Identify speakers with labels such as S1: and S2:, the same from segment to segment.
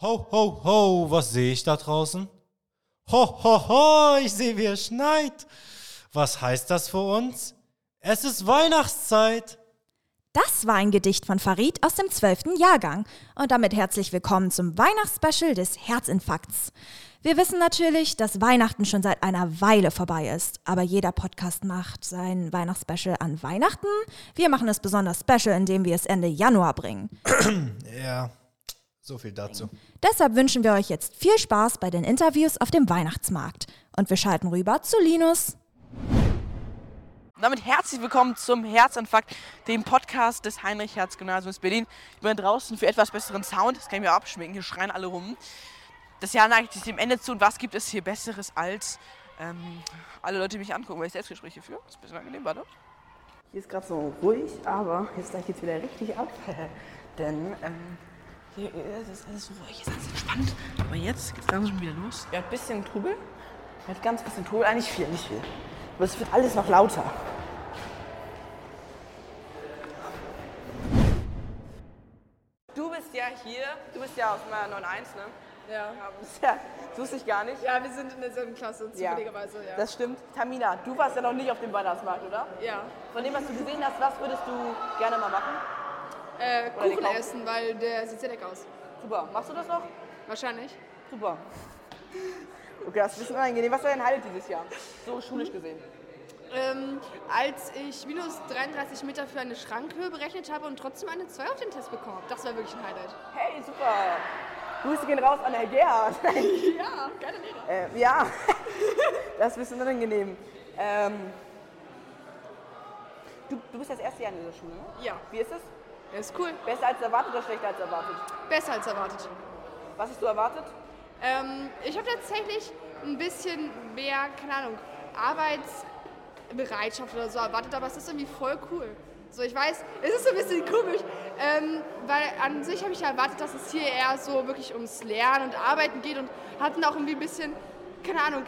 S1: Ho, ho, ho, was sehe ich da draußen? Ho, ho, ho, ich sehe, wie es schneit. Was heißt das für uns? Es ist Weihnachtszeit.
S2: Das war ein Gedicht von Farid aus dem 12. Jahrgang. Und damit herzlich willkommen zum Weihnachtsspecial des Herzinfarkts. Wir wissen natürlich, dass Weihnachten schon seit einer Weile vorbei ist. Aber jeder Podcast macht sein Weihnachtsspecial an Weihnachten. Wir machen es besonders special, indem wir es Ende Januar bringen.
S1: Ja, so viel dazu.
S2: Deshalb wünschen wir euch jetzt viel Spaß bei den Interviews auf dem Weihnachtsmarkt. Und wir schalten rüber zu Linus.
S3: Und damit herzlich willkommen zum Herzinfarkt, dem Podcast des Heinrich-Herz-Gymnasiums Berlin. Ich bin draußen für etwas besseren Sound, das kann ich mir auch abschminken, hier schreien alle rum. Das Jahr neigt sich dem Ende zu und was gibt es hier Besseres als ähm, alle Leute, die mich angucken, weil ich Selbstgespräche führe? Das ist ein bisschen angenehm, warte.
S4: Hier ist gerade so ruhig, aber jetzt gleich geht's wieder richtig ab. Denn ähm, hier ist es alles ruhig. Es ist
S3: Spannend, aber jetzt geht's langsam schon wieder los.
S4: ja, ein bisschen Trubel. Mit ganz bisschen Trubel, eigentlich viel, nicht viel. Aber es wird alles noch lauter.
S3: Du bist ja hier, du bist ja auf meiner 91, ne?
S5: Ja.
S3: Ja, suchst dich gar nicht.
S5: ja, wir sind in derselben Klasse, zufälligerweise, ja.
S3: Das stimmt. Tamina, du warst ja noch nicht auf dem Weihnachtsmarkt, oder?
S5: ja.
S3: Von dem, was du gesehen hast, was würdest du gerne mal machen?
S5: Äh,
S3: die
S5: Kuchen
S3: kaufen.
S5: essen, weil der sieht sehr lecker aus.
S3: Super. Machst du das noch?
S5: Wahrscheinlich.
S3: Super. Okay, das ist ein bisschen unangenehm. Was war dein Highlight dieses Jahr? So schulisch gesehen.
S5: Ähm, als ich minus 33 Meter für eine Schrankhöhe berechnet habe und trotzdem eine 2 auf den Test bekommen habe, das war wirklich ein Highlight.
S3: Hey, super. Grüße gehen raus an Herr Gerhard.
S5: Ja, geile Lehrer.
S3: äh, ja, das ist ein bisschen unangenehm. Ähm, du, du bist das erste Jahr in dieser Schule, ne?
S5: Ja,
S3: Wie ist es?
S5: er ist cool.
S3: Besser als erwartet oder schlechter als erwartet?
S5: Besser als erwartet.
S3: Was hast du erwartet?
S5: Ähm, ich habe tatsächlich ein bisschen mehr, keine Ahnung, Arbeitsbereitschaft oder so erwartet, aber es ist irgendwie voll cool. So, ich weiß, es ist so ein bisschen komisch, ähm, weil an sich habe ich ja erwartet, dass es hier eher so wirklich ums Lernen und Arbeiten geht und hatten auch irgendwie ein bisschen, keine Ahnung,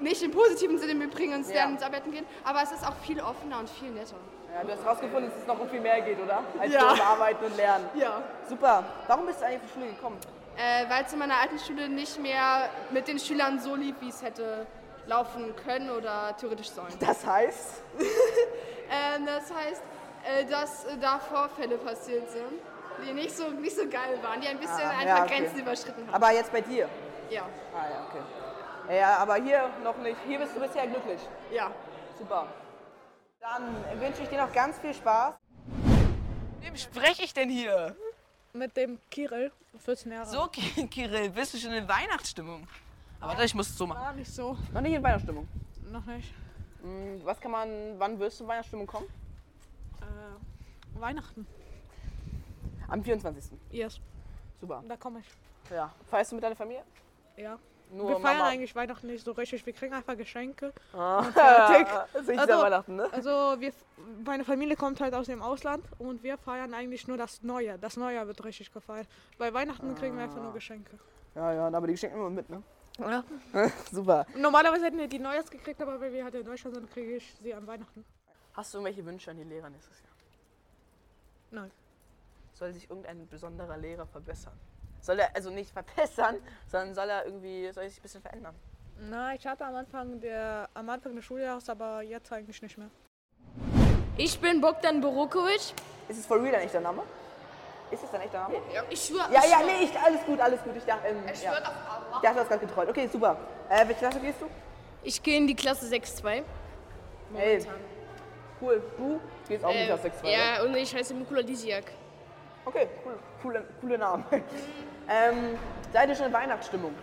S5: nicht im positiven Sinne im Übrigen ins
S3: Ja.
S5: Lernen und Arbeiten gehen, aber es ist auch viel offener und viel netter.
S3: Ja, du hast rausgefunden, dass es noch um viel mehr geht, oder? Als
S5: Ja.
S3: nur um Arbeiten und Lernen.
S5: Ja.
S3: Super. Warum bist du eigentlich zur Schule gekommen?
S5: Äh, weil es in meiner alten Schule nicht mehr mit den Schülern so lief, wie es hätte laufen können oder theoretisch sollen.
S3: Das heißt?
S5: Ähm, das heißt, äh, dass äh, da Vorfälle passiert sind, die nicht so, nicht so geil waren, die ein bisschen
S3: Ah,
S5: einfach
S3: ja, okay.
S5: Grenzen überschritten haben.
S3: Aber jetzt bei dir.
S5: ja,
S3: Ah ja, okay. Ja, aber hier noch nicht. Hier bist du bisher glücklich.
S5: ja.
S3: Super. Dann wünsche ich dir noch ganz viel Spaß. Wem spreche ich denn hier?
S6: Mit dem Kirill, 14 Jahre.
S3: So, Ki- Kirill, bist du schon in Weihnachtsstimmung? Aber warte, ich muss es so machen.
S6: Gar Ah, nicht so.
S3: Noch nicht in Weihnachtsstimmung.
S6: Noch nicht.
S3: Was kann man, wann wirst du in Weihnachtsstimmung kommen?
S6: Äh, Weihnachten.
S3: Am 24.
S6: Yes,
S3: Super.
S6: da komme ich.
S3: Ja. Feierst du mit deiner Familie?
S6: Ja.
S3: Nur
S6: wir feiern
S3: Mama.
S6: eigentlich Weihnachten nicht so richtig. Wir kriegen einfach Geschenke.
S3: Fertig. Das ist nicht
S6: Also-
S3: Weihnachten, ne?
S6: Also wir, meine Familie kommt halt aus dem Ausland und wir feiern eigentlich nur das Neue. Das Neue wird richtig gefeiert. Bei Weihnachten kriegen wir einfach nur Geschenke.
S3: Ja, ja, aber die Geschenke immer mit, ne? Super.
S6: Normalerweise hätten wir die Neues gekriegt, aber weil wir halt in Deutschland sind, kriege ich sie an Weihnachten.
S3: Hast du irgendwelche Wünsche an die Lehrer nächstes Jahr?
S6: Nein.
S3: Soll sich irgendein besonderer Lehrer verbessern? Soll er, also nicht verbessern, sondern soll er irgendwie, soll er sich ein bisschen verändern?
S6: Na, ich hatte am Anfang der am Anfang des Schuljahres, aber jetzt eigentlich nicht mehr.
S7: Ich bin Bogdan Borokovic.
S3: Ist es for real ein echter Name? Ist es ein echter Name?
S5: Ich schwöre,
S3: Ja, ja, nee, ich, alles gut, alles gut. Ich dachte, ähm,
S5: ich
S3: ja.
S5: schwöre auf Allah.
S3: ich dachte, du hast gerade getrollt. Okay, super. Äh, welche Klasse gehst du?
S7: Ich gehe in die Klasse 6-2.
S3: Hey, cool. Du gehst auch in die Klasse 6 oder?
S7: ja, und ich heiße Mikula Lisiak.
S3: Okay, cool. Coole, coole Namen. ähm, seid ihr schon in Weihnachtsstimmung?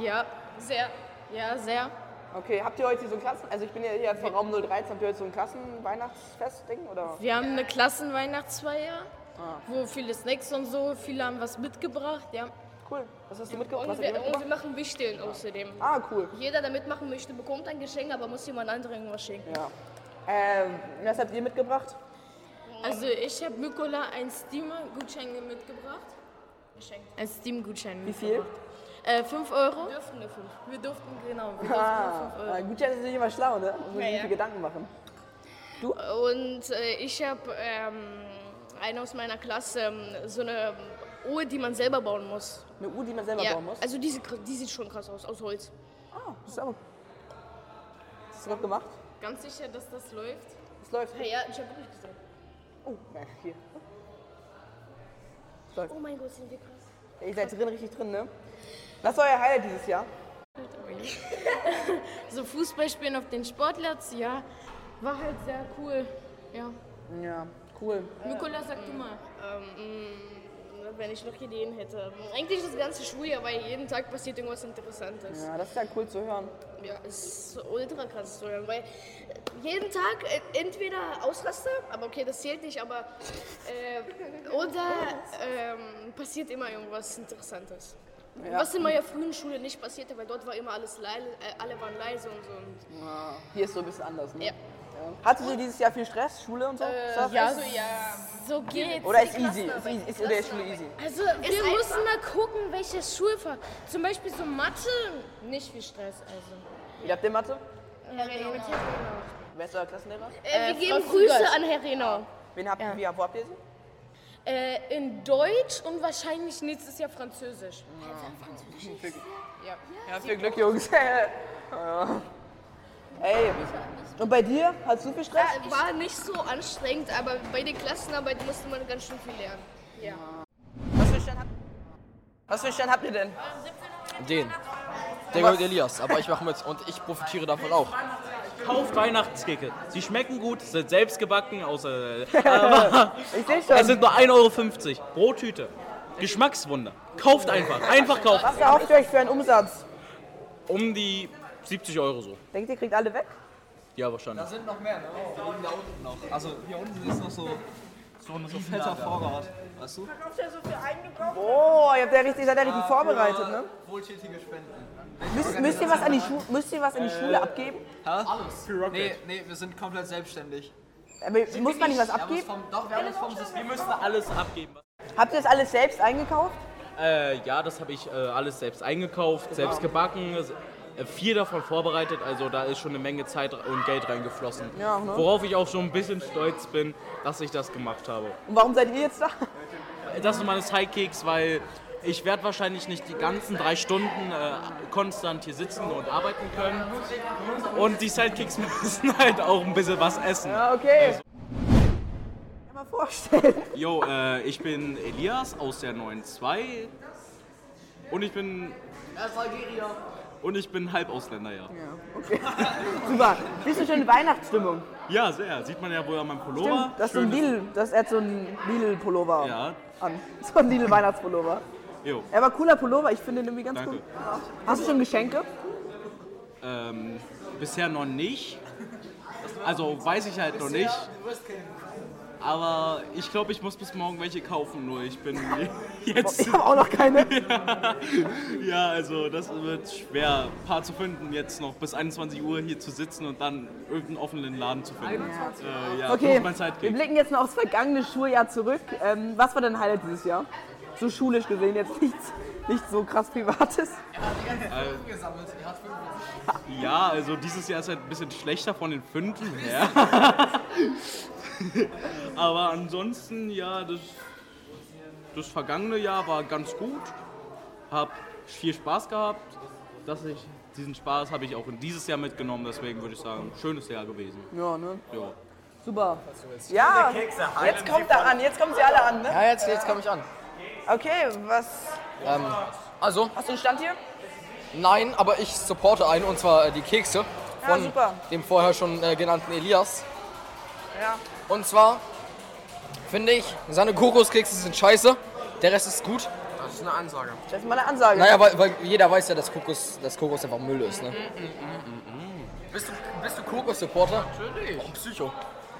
S7: Ja, sehr. Ja, sehr.
S3: Okay, habt ihr heute so ein Klassen... Also ich bin ja hier von Raum 013. Habt ihr heute so ein Klassen-Weihnachtsfest-Ding? Oder?
S7: Wir haben eine Klassenweihnachtsfeier,
S3: Ah.
S7: wo viele Snacks und so, viele haben was mitgebracht, ja.
S3: Cool. Was hast du mitgebracht? Was
S7: Und
S3: habt ihr
S7: wir, und
S3: mitgebracht?
S7: wir machen Wichteln außerdem.
S3: Ah, cool.
S7: Jeder, der mitmachen möchte, bekommt ein Geschenk, aber muss jemand anderem irgendwas schenken.
S3: Ja. Ähm, was habt ihr mitgebracht?
S7: Also ich habe Mikola ein Steam-Gutschein mitgebracht. Geschenk. Ein Steam-Gutschein
S3: Wie viel?
S7: Äh, 5 Euro? Wir durften eine 5. Wir durften, genau. Wir durften eine 5 Euro.
S3: Ah, Gutschein ist natürlich immer schlau, ne? Muss man sich
S7: ja.
S3: viel Gedanken machen.
S7: Und äh, ich habe ähm, einen aus meiner Klasse ähm, so eine
S8: Uhr, die man selber bauen muss.
S3: Eine Uhr, die man selber
S8: Ja.
S3: bauen muss.
S8: Also diese, kr- die sieht schon krass aus, aus Holz.
S3: Ah, das ist aber. Das ist gerade gemacht.
S8: Ganz sicher, dass das läuft?
S3: Das läuft.
S8: Ja, ja ich habe wirklich gesagt.
S3: Oh, nein, hier.
S8: Oh mein Gott, sind wir krass.
S3: Ihr seid drin, richtig drin, ne? Was war euer Highlight dieses Jahr?
S8: So Fußball spielen auf den Sportplatz, ja, war halt sehr cool. Ja.
S3: Ja, cool.
S8: Nikola, sag du mal. Ähm, wenn ich noch Ideen hätte. Eigentlich das ganze Schuljahr, weil jeden Tag passiert irgendwas Interessantes.
S3: Ja, das ist ja cool zu hören.
S8: Ja, es ist ultra krass zu hören, weil äh, jeden Tag äh, entweder Ausraster, aber okay, das zählt nicht, aber äh, oder ähm, passiert immer irgendwas Interessantes.
S3: Ja.
S8: Was in meiner frühen Schule nicht passierte, weil dort war immer alles leise, äh, alle waren leise und so. Und,
S3: Ja, Hier ist so ein bisschen anders, ne?
S8: Ja. Äh,
S3: Hattest du dieses Jahr viel Stress, Schule und so? Surfen?
S8: ja, so, ja, so geht's.
S3: Oder ist easy? Ist, easy, ist in der Schule easy?
S8: Also wir müssen da gucken, welches Schulfach. Zum Beispiel so Mathe, nicht viel Stress. Also.
S3: Ihr habt den Mathe?
S8: Herr Renau.
S3: Wer ist euer Klassenlehrer?
S8: Äh, wir geben Grüße an Herr Renau.
S3: Wen habt, ihr? wie, wo habt ihr sie?
S8: Äh, in Deutsch und wahrscheinlich nächstes Jahr Französisch.
S3: Ja, viel Glück, Jungs. ja. Ey, und bei dir? Hattest du viel Stress?
S8: War nicht so anstrengend, aber bei der Klassenarbeit musste man ganz schön viel lernen.
S3: Was für einen Stand habt Was für einen Stand habt ihr denn?
S9: Den. Der gehört Elias, aber ich mache mit und ich profitiere davon auch.
S10: Kauft Weihnachtskekse. Sie schmecken gut, sind selbst gebacken, außer.
S3: Ich sehe schon.
S10: Es sind nur 1,50 Euro pro Tüte. Geschmackswunder. Kauft einfach. Einfach kauft.
S3: Was erhofft ihr euch für einen Umsatz?
S10: Um die 70 Euro so.
S3: Denkt ihr, kriegt alle weg?
S10: Ja, wahrscheinlich.
S9: sind noch mehr, ne? Da oben, da unten noch. Also hier unten ist noch so, so ein fetter Vorrat. Weißt du?
S3: Oh, ihr habt ja richtig, seid ja richtig vorbereitet, ne?
S9: Wohltätige Spenden.
S3: Müsst, müsst, ihr was an die Schu- müsst ihr was an die Schule abgeben?
S9: Alles. Nee, nee, wir sind komplett selbstständig.
S3: Aber Äh, muss man nicht was abgeben?
S9: doch, wir haben es vom System.
S10: Wir müssen alles abgeben.
S3: Habt ihr das alles selbst eingekauft?
S10: Äh, ja, das habe ich äh, alles selbst
S3: Genau.
S10: eingekauft, selbst gebacken. äh, Viel davon vorbereitet, also da ist schon eine Menge Zeit und Geld reingeflossen.
S3: Ja, ne?
S10: Worauf ich auch so ein bisschen stolz bin, dass ich das gemacht habe.
S3: Und warum seid ihr jetzt da?
S10: Das sind meine Sidekicks, weil ich werde wahrscheinlich nicht die ganzen drei Stunden äh, konstant hier sitzen und arbeiten können. Und die Sidekicks müssen halt auch ein bisschen was essen.
S3: Ja, okay. Kann man vorstellen.
S10: Jo, äh, ich bin Elias aus der 9.2 und ich bin... Und ich bin Halbausländer, ja.
S3: Super. Bist du schon in Weihnachtsstimmung?
S10: Ja, sehr. Sieht man ja wohl an meinem Pullover.
S3: Das ist so ein
S10: Schönes-
S3: Lidl, das er hat so ein Lidl-Pullover
S10: Ja,
S3: an. So ein Lidl-Weihnachtspullover.
S10: jo,
S3: Er war cooler Pullover, ich finde ihn irgendwie ganz
S10: danke.
S3: cool. Hast du schon Geschenke?
S10: Ähm, bisher noch nicht. Also weiß ich halt noch nicht. Aber ich glaube, ich muss bis morgen welche kaufen, nur ich bin jetzt.
S3: Ich habe auch noch keine.
S10: Ja, also das wird schwer, ein paar zu finden, jetzt noch bis 21 Uhr hier zu sitzen und dann irgendeinen offenen Laden zu finden. Äh, ja,
S3: Okay,
S10: mein
S3: wir
S10: Sidekick.
S3: blicken jetzt noch aufs vergangene Schuljahr zurück. Ähm, was war dein Highlight dieses Jahr? So schulisch gesehen, jetzt nichts, nichts so krass Privates.
S10: Ja, also dieses Jahr ist halt ein bisschen schlechter von den Fünfen her. Aber ansonsten, ja, das, das vergangene Jahr war ganz gut. Hab viel Spaß gehabt. Dass ich, diesen Spaß habe ich auch in dieses Jahr mitgenommen, deswegen würde ich sagen, schönes Jahr gewesen.
S3: Ja, ne?
S10: Ja.
S3: Super. Ja, jetzt kommt er an, jetzt kommen sie alle an, ne?
S9: Ja, jetzt, jetzt komme ich an.
S3: Okay, was.
S9: Ähm, also,
S3: Hast du einen Stand hier?
S9: nein, aber ich supporte einen und zwar äh, die Kekse
S3: Ja,
S9: von
S3: super.
S9: dem vorher schon äh, genannten Elias.
S3: Ja.
S9: Und zwar finde ich, seine Kokoskekse sind scheiße, der Rest ist gut. Das ist eine Ansage.
S3: Das ist mal eine Ansage.
S9: Naja, weil, weil jeder weiß ja, dass Kokos, dass Kokos einfach Müll ist, ne? Bist du, bist du Kokos-Supporter? Natürlich. Oh, Psycho.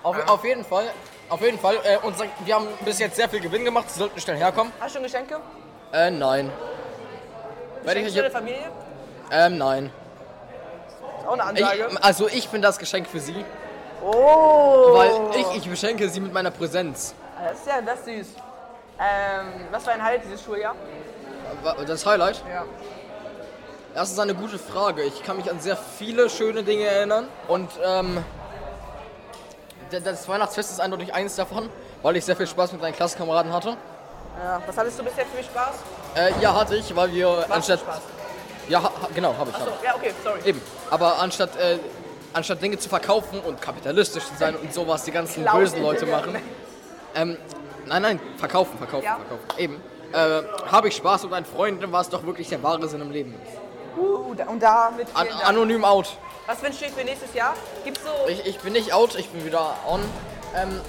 S9: Auf, auf jeden Fall, auf jeden Fall. Äh, und sag- wir haben bis jetzt sehr viel Gewinn gemacht, sie sollten schnell herkommen.
S3: Hast du schon Geschenke?
S9: Äh, nein. Werde
S3: Geschenke
S9: ich
S3: für deine
S9: euch,
S3: Familie?
S9: ähm, nein.
S3: Ist auch eine
S9: Ich,
S3: Ansage.
S9: also ich bin das Geschenk für sie,
S3: oh!
S9: weil ich, ich beschenke sie mit meiner Präsenz.
S3: Das ist ja das ist süß. Ähm, was war ein Highlight dieses Schuljahr?
S9: Wa- Das Highlight?
S3: Ja.
S9: Das ist eine gute Frage. Ich kann mich an sehr viele schöne Dinge erinnern. Und ähm, d- das Weihnachtsfest ist eindeutig eins davon, weil ich sehr viel Spaß mit meinen Klassenkameraden hatte.
S3: Ja, was hattest du bisher für Spaß?
S8: Äh, ja, hatte ich, weil wir anstatt.
S3: Spaß.
S8: Ja, ha, ha- genau, habe ich.
S3: Achso,
S8: hab
S3: ja, okay, sorry.
S8: ich. Eben. Aber anstatt, äh, anstatt Dinge zu verkaufen und kapitalistisch zu sein und sowas die ganzen
S3: Klauen.
S8: bösen Leute machen. Ähm, nein, nein, verkaufen, verkaufen,
S3: Ja.
S8: verkaufen. Eben. Äh, habe ich Spaß und ein Freund, was doch wirklich der wahre Sinn im Leben ist.
S3: Uh, da- und damit.
S8: An
S3: vielen Dank.
S8: anonym out.
S3: Was wünschst du dir für nächstes Jahr? Gibt's so.
S8: Ich, ich bin nicht out, ich bin wieder on. Ähm,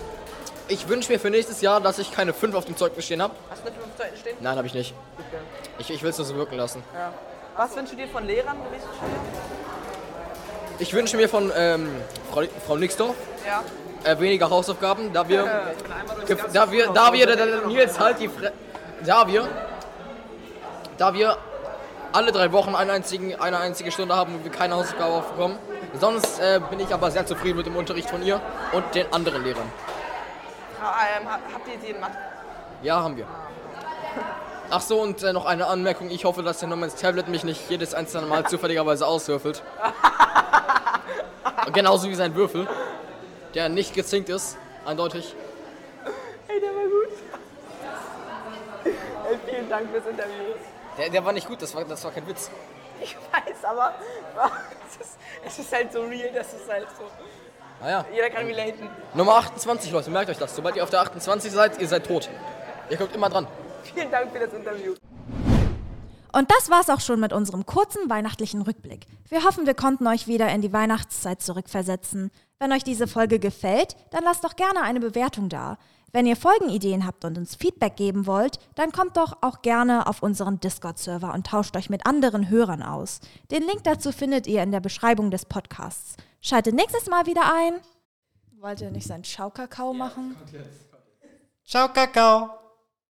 S8: ich wünsche mir für nächstes Jahr, dass ich keine 5 auf dem Zeugnis stehen habe.
S3: Hast du eine 5 Seiten stehen?
S8: Nein, habe ich nicht. Ich, ich will es nur so wirken lassen.
S3: Ja. Was wünschst du dir von Lehrern im nächsten Schuljahr?
S8: Ich wünsche mir von ähm, Frau, Frau Nixdorf
S3: Ja.
S8: äh, weniger Hausaufgaben, da wir, gef- da wir, da wir, da, da, da, Nils halt die Fre da wir, da wir alle drei Wochen einen einzigen, eine einzige Stunde haben, wo wir keine Hausaufgabe aufbekommen. Sonst äh, bin ich aber sehr zufrieden mit dem Unterricht von ihr und den anderen Lehrern.
S3: Ha, ähm, ha- habt ihr die in Mathe?
S8: Ja, haben wir. Ach so, und äh, noch eine Anmerkung. Ich hoffe, dass der Normans Tablet mich nicht jedes einzelne Mal zufälligerweise auswürfelt. Genauso wie sein Würfel, der nicht gezinkt ist, eindeutig.
S3: Ey, der war gut. Ey, vielen Dank fürs Interview.
S8: Der, der war nicht gut, das war, das war kein Witz.
S3: Ich weiß, aber es ist, es ist halt so real, das ist halt so.
S8: Naja.
S3: Jeder kann relaten.
S8: Ah, Nummer 28, Leute, merkt euch das. Sobald ihr auf der 28 seid, ihr seid tot. Ihr kommt immer dran.
S3: Vielen Dank für das Interview.
S2: Und das war's auch schon mit unserem kurzen weihnachtlichen Rückblick. Wir hoffen, wir konnten euch wieder in die Weihnachtszeit zurückversetzen. Wenn euch diese Folge gefällt, dann lasst doch gerne eine Bewertung da. Wenn ihr Folgenideen habt und uns Feedback geben wollt, dann kommt doch auch gerne auf unseren Discord-Server und tauscht euch mit anderen Hörern aus. Den Link dazu findet ihr in der Beschreibung des Podcasts. Schaltet nächstes Mal wieder ein. Wollt ihr nicht seinen Schaukakao machen?
S1: Ciao, Kakao.